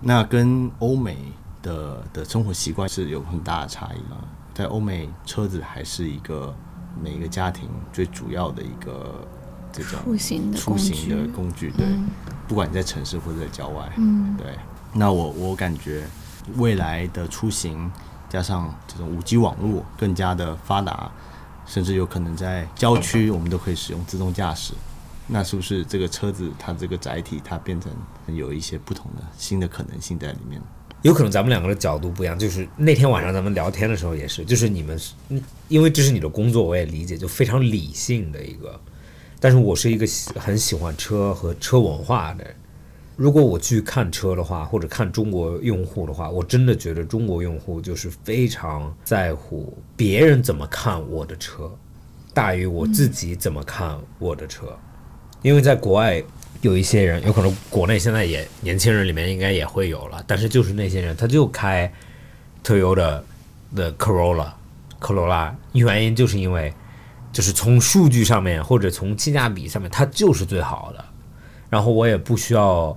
那跟欧美的的生活习惯是有很大的差异啊。在欧美，车子还是一个每个家庭最主要的一个这种出行的出工行的具工具，对，不管你在城市或者在郊外，嗯，对。那我我感觉未来的出行加上这种五 G 网络更加的发达，甚至有可能在郊区我们都可以使用自动驾驶。那是不是这个车子它这个载体它变成有一些不同的新的可能性在里面？有可能咱们两个的角度不一样，就是那天晚上咱们聊天的时候也是，就是你们是，嗯因为这是你的工作，我也理解，就非常理性的一个，但是我是一个喜很喜欢车和车文化的人。如果我去看车的话，或者看中国用户的话，我真的觉得中国用户就是非常在乎别人怎么看我的车，大于我自己怎么看我的车。因为在国外有一些人，有可能国内现在也年轻人里面应该也会有了，但是就是那些人，他就开 Toyota 的 Corolla 科罗拉，原因就是因为就是从数据上面或者从性价比上面，它就是最好的。然后我也不需要，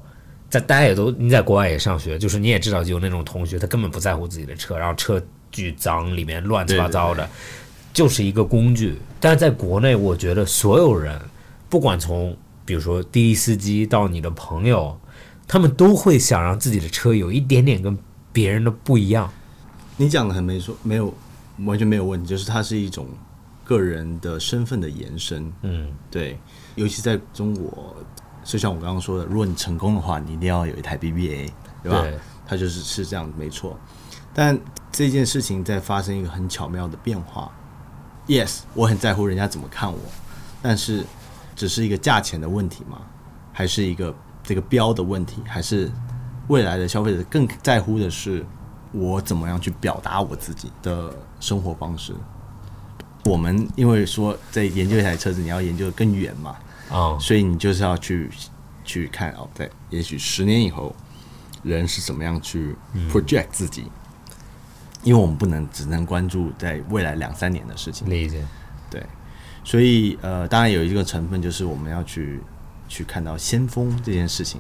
在大家也都你在国外也上学，就是你也知道有那种同学，他根本不在乎自己的车，然后车巨脏，里面乱七八糟的，就是一个工具。但是在国内，我觉得所有人，不管从比如说滴滴司机到你的朋友，他们都会想让自己的车有一点点跟别人的不一样。你讲的很没错，没有完全没有问题，就是它是一种个人的身份的延伸。嗯，对，尤其在中国，就像我刚刚说的，如果你成功的话，你一定要有一台 BBA，对吧？对它就是是这样，没错。但这件事情在发生一个很巧妙的变化。Yes，我很在乎人家怎么看我，但是只是一个价钱的问题吗？还是一个这个标的问题？还是未来的消费者更在乎的是我怎么样去表达我自己的生活方式？我们因为说在研究一台车子，你要研究得更远嘛，啊、所以你就是要去去看哦，在也许十年以后，人是怎么样去 project 自己，因为我们不能只能关注在未来两三年的事情，理解。对，所以呃，当然有一个成分就是我们要去去看到先锋这件事情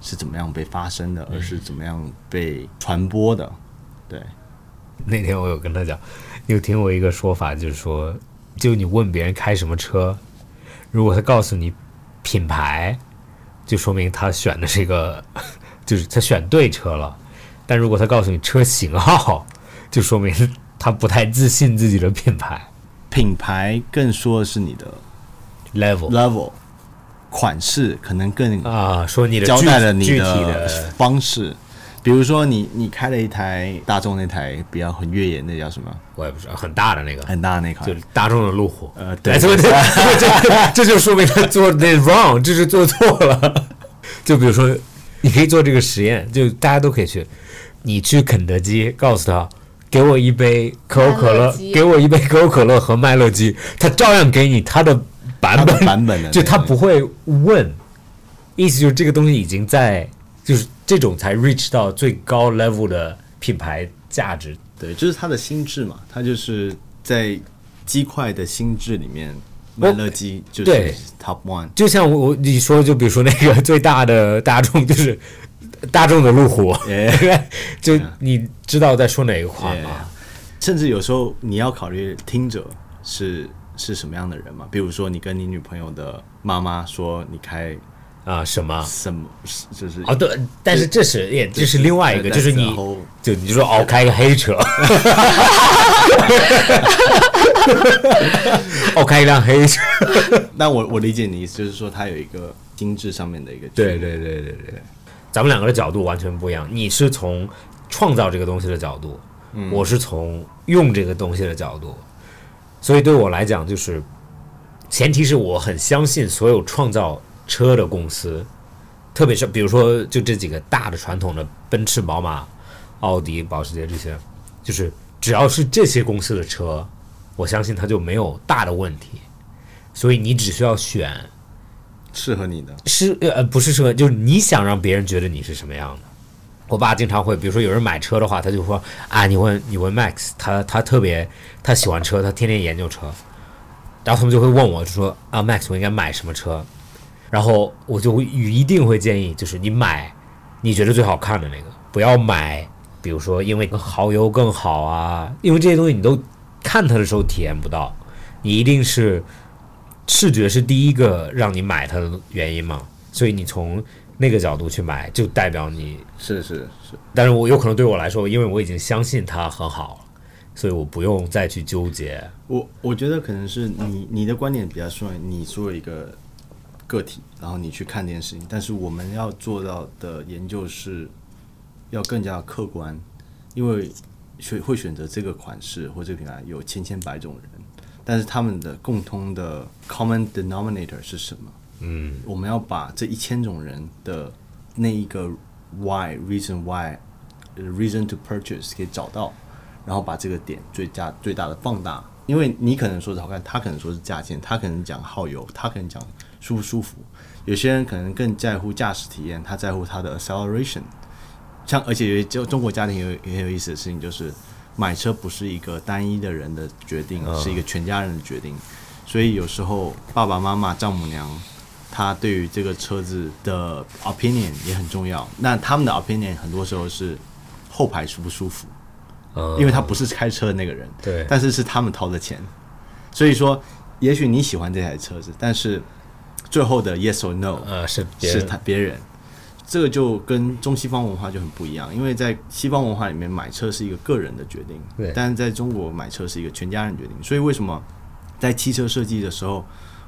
是怎么样被发生的，而是怎么样被传播的，对，那天我有跟他讲，你有听过一个说法，就是说，就你问别人开什么车，如果他告诉你品牌，就说明他选的是一个， 就是他选对车了；但如果他告诉你车型号， 就说明他不太自信自己的品牌品牌更说的是你的 level level 款式可能更啊，说你的交具代了你具体的的方式。比如说你，你开了一台大众那台比较很越野，那叫什么？我也不知道很大的那个，很大的那款就。是大众的路虎，呃对 哎 这这 这这这就说明他做那 wrong，这是做错了。就比如说你可以做这个实验，就大家都可以去。你去肯德基，告诉他给我一杯可口可麦乐乐鸡，给我一杯可口可乐和麦乐鸡，他照样给你他的版他的本，版本的就他那个不会问，意思就是这个东西已经在，就是这种才 reach 到最高 level 的品牌价值。对，就是它的心智嘛，它就是在鸡块的心智里面，我麦乐鸡就是哦对 top one。就像我我你说，就比如说那个最大的大众就是 大众的路虎，哎 就你知道在说哪个款吗？甚至有时候你要考虑听者是是什么样的人嘛，比如说你跟你女朋友的妈妈说你开哎啊，什么？什么，是就是哦，对，但是这是也这是另外一对个，就是你然后就你就说哦，开个 黑车，哦，开一辆黑车，那我我理解你意思，就是说它有一个心智上面的一个区对别对对对对，咱们两个的角度完全不一样。你是从创造这个东西的角度，我是从用这个东西的角度，所以对我来讲，就是前提是我很相信所有创造车的公司，特别是比如说就这几个大的传统的奔驰、宝马、奥迪、保时捷这些，就是只要是这些公司的车，我相信它就没有大的问题。所以你只需要选适合你的，是呃不是适合，就是你想让别人觉得你是什么样的。我爸经常会，比如说有人买车的话，他就说啊，你问你问 Max，他他特别他喜欢车，他天天研究车，然后他们就会问我，就说啊，Max，我应该买什么车？然后我就会一定会建议，就是你买你觉得最好看的那个，不要买，比如说因为耗油更好啊，因为这些东西你都看它的时候体验不到，你一定是视觉是第一个让你买它的原因嘛，所以你从那个角度去买，就代表你。是是是，但是我有可能对我来说，因为我已经相信它很好了，所以我不用再去纠结。我我觉得可能是你你的观点比较顺，你作为一个个体，然后你去看这件事情，但是我们要做到的研究是要更加客观，因为选会选择这个款式或这个品牌有千千百种人，但是他们的共通的 common denominator 是什么？嗯，我们要把这一千种人的那一个 why reason why 呃 reason to purchase 给找到，然后把这个点最大最大的放大，因为你可能说是好看，他可能说是价钱，他可能讲耗油，他可能讲舒不舒服，有些人可能更在乎驾驶体验，他在乎他的 acceleration。像而且有一就中国家庭也有也很有意思的事情，就是买车不是一个单一的人的决定，是一个全家人的决定，所以有时候爸爸妈妈、丈母娘。他对于这个车子的 opinion 也很重要，那他们的 opinion 很多时候是后排舒不舒服，嗯因为他不是开车的那个人，对但是是他们掏的钱，所以说，也许你喜欢这台车子，但是最后的 yes or no，、呃是别是人他别人，这个就跟中西方文化就很不一样，因为在西方文化里面买车是一个个人的决定，对但是在中国买车是一个全家人决定，所以为什么在汽车设计的时候，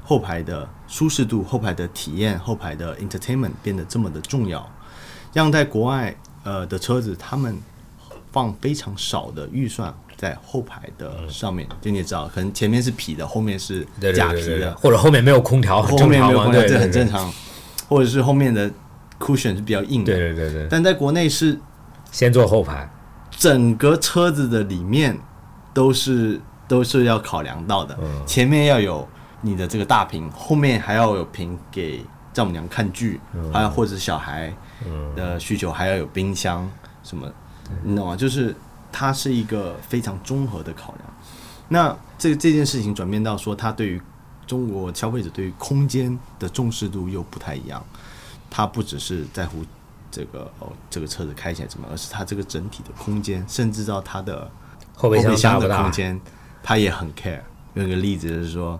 后排的舒适度、后排的体验、后排的 entertainment 变得这么的重要，让在国外呃的车子他们放非常少的预算。在后排的上面，就你也知道，可能前面是皮的，后面是嗯对对假对皮对对，的，或者后面没有空调，很后正面常没有嘛空调，对，这对很哦正。常，或者是后面的 cushion 是比较硬的。对对对对对，但在国内是先坐后排，整个车子的里面都是都是要考量到的，前面要有你的这个大屏，后面还要有屏给丈母娘看剧，还有或者小孩的需求，还要有冰箱什么，你懂吗？就是它是一个非常综合的考量。那这这件事情转变到说，它对于中国消费者对于空间的重视度又不太一样，它不只是在乎这个哦这个车子开起来怎么样，而是它这个整体的空间，甚至到它的后备备箱大不的大空？间，它也很 care。用一个例子就是说，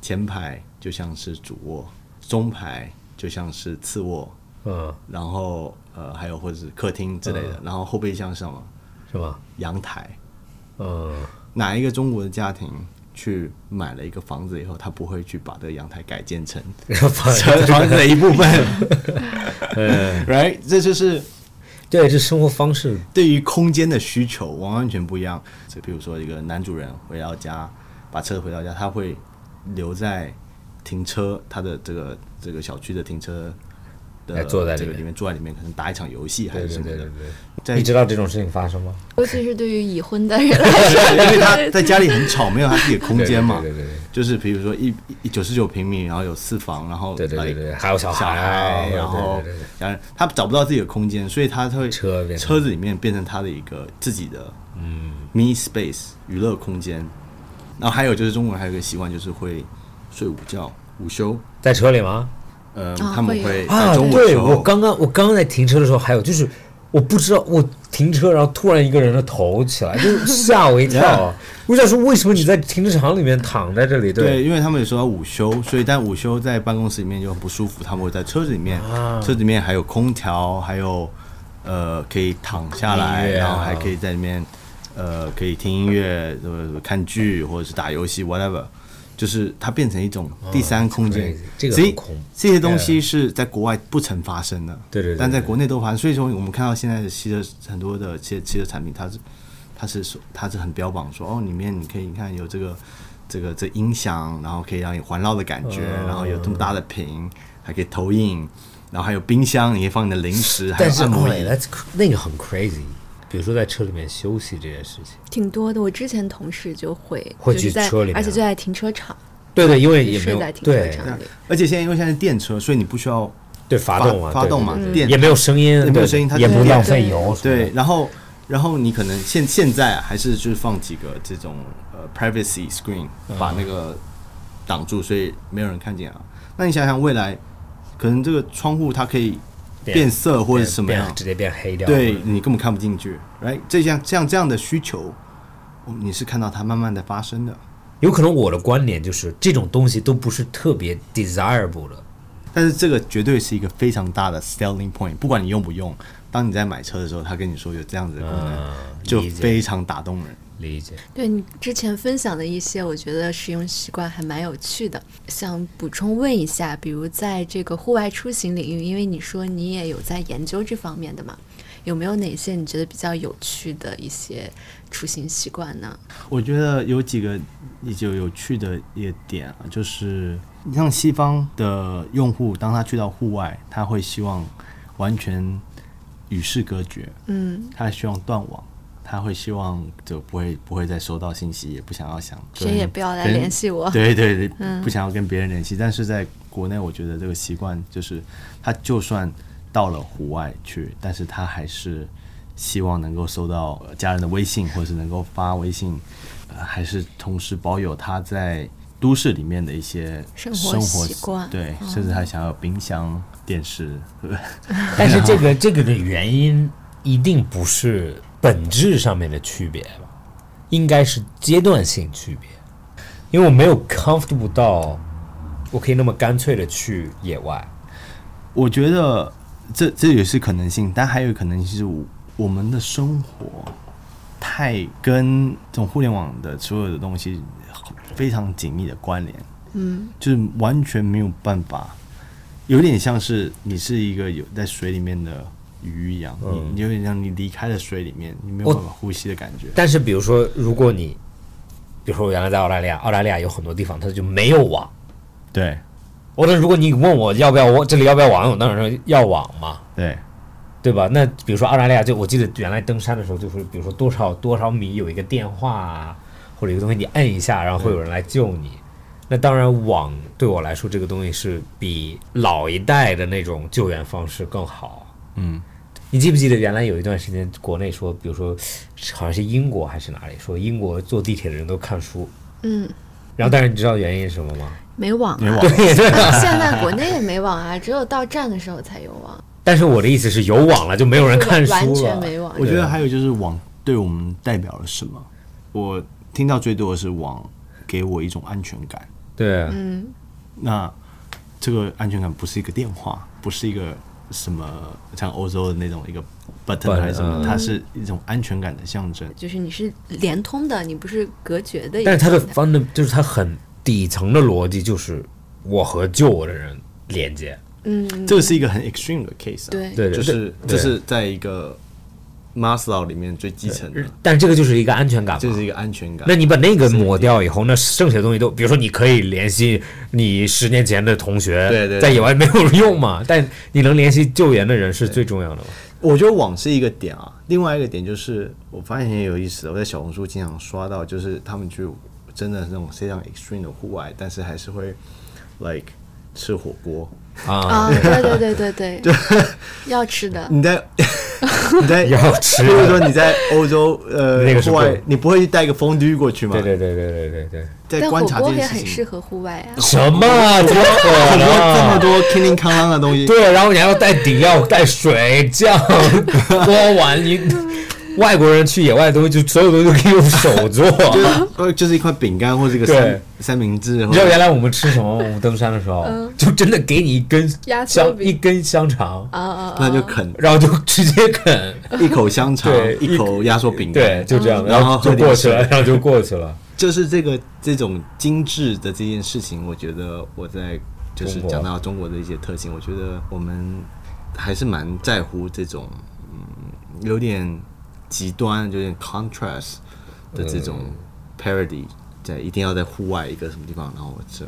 前排就像是主卧，中排就像是次卧，嗯，然后呃还有或者是客厅之类的，然后后备箱是什么？是吧？阳台。嗯， 哪一个中国的家庭去买了一个房子以后，他不会去把这个阳台改建 成反房子的一部分 ？Right，这就是对，这生活方式对于空间的需求完完全不一样。就比如说，一个男主人回到家，把车回到家，他会留在停车他的这个这个小区的停车的哎坐在里这个面里面坐在里面，可能打一场游戏还对是对什么对的。对在对，你知道这种事情发生吗？尤其是对于已婚的 人来说，因为他在家里很吵，没有他自己的空间嘛。对对对对就是比如说一一九十九平米，然后有四房，然后对对对对呃还有小孩对对对然后对对对然后他找不到自己的空间，所以他他会车变成车子里面变成他的一个自己的嗯 me space 娱乐空间。然后还有就是中国人还有一个习惯就是会睡午觉午休，在车里吗？呃，啊他们会会啊在，中午的对时我候，刚刚我刚刚在停车的时候，还有就是我不知道我停车，然后突然一个人的头起来，就吓我一 跳啊 Yeah。我想说，为什么你在停车场里面躺在这里？对，，因为他们有时候要午休，所以但午休在办公室里面就很不舒服，他们会在车子里面，啊车子里面还有空调，还有呃可以躺下来，音乐啊然后还可以在里面呃可以听音乐、呃看剧或者是打游戏 whatever，就是它变成一种第三空间 crazy，。这个所以很恐这些东西是在国外不曾发生的，对对对但在对国内都发生。所以说我们看到现在的汽车很多的汽汽车产品，它是它是说它是很标榜说哦，里面你可以你看有这个这个这音响，然后可以让你环绕的感觉，哦然后有这么大的屏，还可以投影，然后还有冰箱，你可以放你的零食，还但有是按摩 OK，椅。 that's cr- 那个很 crazy。比如说在车里面休息这件事情，挺多的。我之前同事就会，会就是去在车里面而且就在停车场，对对，因为也也没是有在停车对场里。而且现在因为现在是电车，所以你不需要对发发动啊，发对动对嘛对对电也没有声音，也没有对声音它也就不是浪电费油什么的，对，然后然后你可能现现在还是就是放几个这种呃 privacy screen 把那个挡住，所以没有人看见啊。那你想想未来，可能这个窗户它可以变变色或者什么变样，直接变黑掉了。对你根本看不进去。来，这像像这样的需求，我你是看到它慢慢的发生的。有可能我的观点就是这种东西都不是特别 desirable 的，但是这个绝对是一个非常大的 selling point，不管你用不用，当你在买车的时候，他跟你说有这样子的功能，嗯，就理解非常打动人。理解。对你之前分享的一些，我觉得使用习惯还蛮有趣的。想补充问一下，比如在这个户外出行领域，因为你说你也有在研究这方面的嘛，有没有哪些你觉得比较有趣的一些出行习惯呢？我觉得有几个比较有趣的一个点啊，就是你像西方的用户，当他去到户外，他会希望完全与世隔绝，嗯，他希望断网，他会希望就不会不会再收到信息，也不想要想谁也不要来跟联系我对对对，嗯不想要跟别人联系。但是在国内，我觉得这个习惯就是，他就算到了户外去，但是他还是希望能够收到呃家人的微信，或者是能够发微信，呃，还是同时保有他在都市里面的一些生生活习惯嗯对，甚至他想要有冰箱、电视， 对但是这个这个的原因一定不是本质上面的区别吧，应该是阶段性区别，因为我没有 comfortable 到我可以那么干脆的去野外。我觉得这这也是可能性，但还有可能性是我我们的生活太跟这种互联网的所有的东西非常紧密的关联，嗯，就是完全没有办法，有点像是你是一个有在水里面的鱼一样，你你有点像你离开了水里面，你没有我办法呼吸的感觉。但是比如说，如果你，比如说我原来在澳大利亚，澳大利亚有很多地方它就没有网。对我说，如果你问我要不要我这里要不要网，我当然说要网嘛，对对吧？那比如说澳大利亚，就我记得原来登山的时候，就是比如说多少多少米有一个电话啊，或者一个东西你摁一下，然后会有人来救你。那当然，网对我来说这个东西是比老一代的那种救援方式更好。嗯，你记不记得原来有一段时间国内说，比如说好像是英国还是哪里说英国坐地铁的人都看书，嗯，然后但是你知道原因是什么吗？没网没啊，网 现在国内也没网啊，只有到站的时候才有网，但是我的意思是有网了就没有人看书了，完全没网。我觉得还有就是网对我们代表了什么，我听到最多的是网给我一种安全感。对，嗯那这个安全感不是一个电话，不是一个什么像欧洲的那种一个 button Button，还是什么，嗯它是一种安全感的象征。就是你是连通的，你不是隔绝的一个但状是它态。的 fund 就是它很底层的逻辑就是我和救我的人连接，嗯，这个是一个很 extreme 的 case，、啊、对对，就是对这是在一个 Maslow 里面最基层的，但这个就是一个安全感嘛，这是一个安全感。那你把那个抹掉以后，那剩下的东西都，比如说你可以联系你十年前的同学，对对对在野外没有用嘛，但你能联系救援的人是最重要的嘛。我觉得网是一个点啊，另外一个点就是我发现很有意思的，我在小红书经常刷到，就是他们去真的那种非常 extreme 的户外，但是还是会 like 吃火锅。啊，啊，对对 对对对，要吃的，你在 你在要吃比如说你在欧洲呃 那个是户外不，你不会去带一个风驴过去吗？对对对对对对对，在但火观察锅这也件很事适情。合户外啊。什么啊怎么可火锅这么能？多 k i n g 康啷的 东西，啊对，然后你还要带底料、带水、酱、锅碗，你外国人去野外的东西就所有东西都可以用 手做。就是呃就是一块饼干或者一个对三三明治，你或知者道原来我们吃什么？我们登山的时候，就真的给你一根压缩香饼一根香肠，啊啊那就啃然后就直接啃，一口香肠对，一一口压缩饼干，对，就这样，然后就喝点过去了，水然后就过去了。就是这个这种精致的这件事情，我觉得我在就是中国讲到中国的一些特性，我觉得我们还是蛮在乎这种嗯有点极端、有点 contrast 的这种嗯 parody，在一定要在户外一个什么地方，然后我吃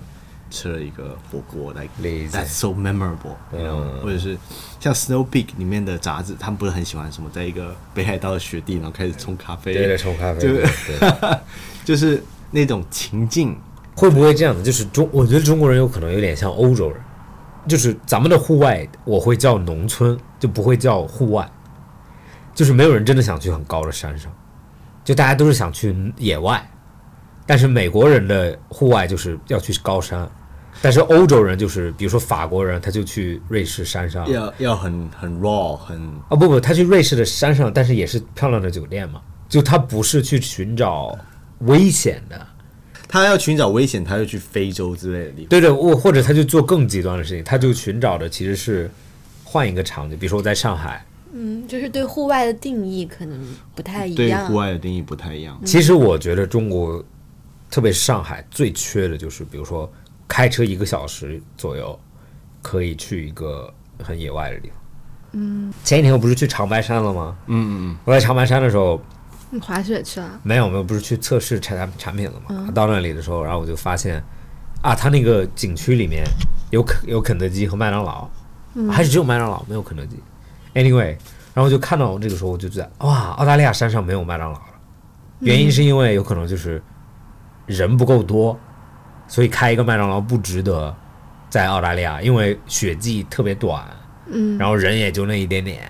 吃了一个火锅来。理解 That's so memorable，you know？嗯或者是像 Snow Peak 里面的杂志，他们不是很喜欢什么，在一个北海道的雪地，然后开始冲咖啡，对对，冲咖啡，就对，对就是那种情境，会不会这样子？就是中，我觉得中国人有可能有点像欧洲人，就是咱们的户外，我会叫农村，就不会叫户外，就是没有人真的想去很高的山上，就大家都是想去野外。但是美国人的户外就是要去高山，但是欧洲人就是，比如说法国人，他就去瑞士山上，要要很很 raw，很啊、不不，他去瑞士的山上，但是也是漂亮的酒店嘛，就他不是去寻找危险的，他要寻找危险，他就去非洲之类的地方。对对，我或者他就做更极端的事情，他就寻找的其实是换一个场景，比如说我在上海，嗯，就是对户外的定义可能不太一对样户。外的定义不太一样，其实我觉得中国，特别是上海最缺的就是，比如说开车一个小时左右，可以去一个很野外的地方。嗯，前几天我不是去长白山了吗？嗯嗯嗯，我在长白山的时候，你嗯滑雪去了？没有没有，不是去测试产产品了嘛？到那里的时候，然后我就发现，啊，他那个景区里面有肯有肯德基和麦当劳，还是只有麦当劳没有肯德基。Anyway，然后就看到我这个时候我就觉得，哇，澳大利亚山上没有麦当劳了，原因是因为有可能就是人不够多，所以开一个麦当劳不值得在澳大利亚，因为雪季特别短，嗯，然后人也就那一点点，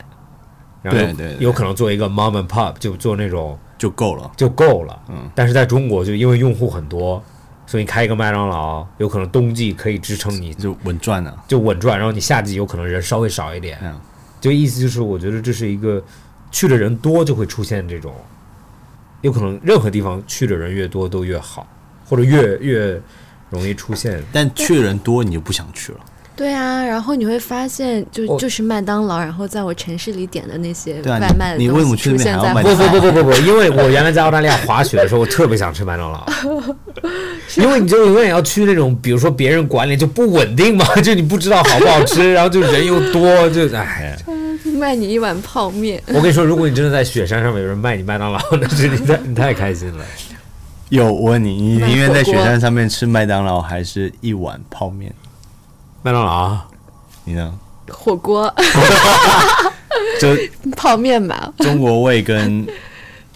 然后对对对有可能做一个 mom and pop，就做那种。就够了。就够了。嗯，但是在中国，就因为用户很多，所以你开一个麦当劳，有可能冬季可以支撑你就稳赚了，就稳赚，然后你夏季有可能人稍微少一点。嗯就意思就是，我觉得这是一个去的人多就会出现这种，有可能任何地方去的人越多都越好，或者越越容易出现。但去的人多，你就不想去了。对啊，然后你会发现就，我就、是麦当劳，然后在我城市里点的那些对啊外你卖的你东为西什么去那出边现还要在卖我不不不不不不，因为我原来在澳大利亚滑雪的时候，我特别想吃麦 当劳，因为你就永远要去那种，比如说别人管理就不稳定嘛， 就你不知道好不好吃，然后就人又多，就哎。 卖你一碗泡面，我跟你说，如果你真的在雪山上面有人卖你麦当劳， 那是你太你太开心了。有我问你，你买宁愿在火锅雪山上面吃麦当劳，还是一碗泡面？麦当劳啊你呢？火锅、 就泡面吧，中国味跟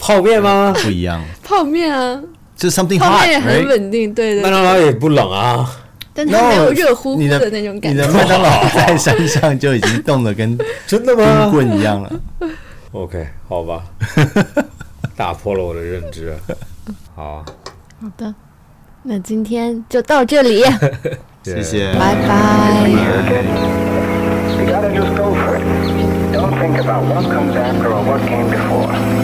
泡面吗？不一样，泡面啊，就 something 泡面也 hot，很 right？稳定，对麦对，当劳也不冷啊，但 No，它没有热乎乎你的那种感你觉的。麦当劳在山上就已经冻得跟真的冰棍一样了。 ？OK，好吧，打破了我的认知。好，好的，那今天就到 这里， 谢谢。拜拜。 You gotta just go for it. Don't think about what comes after or what came before. Oh,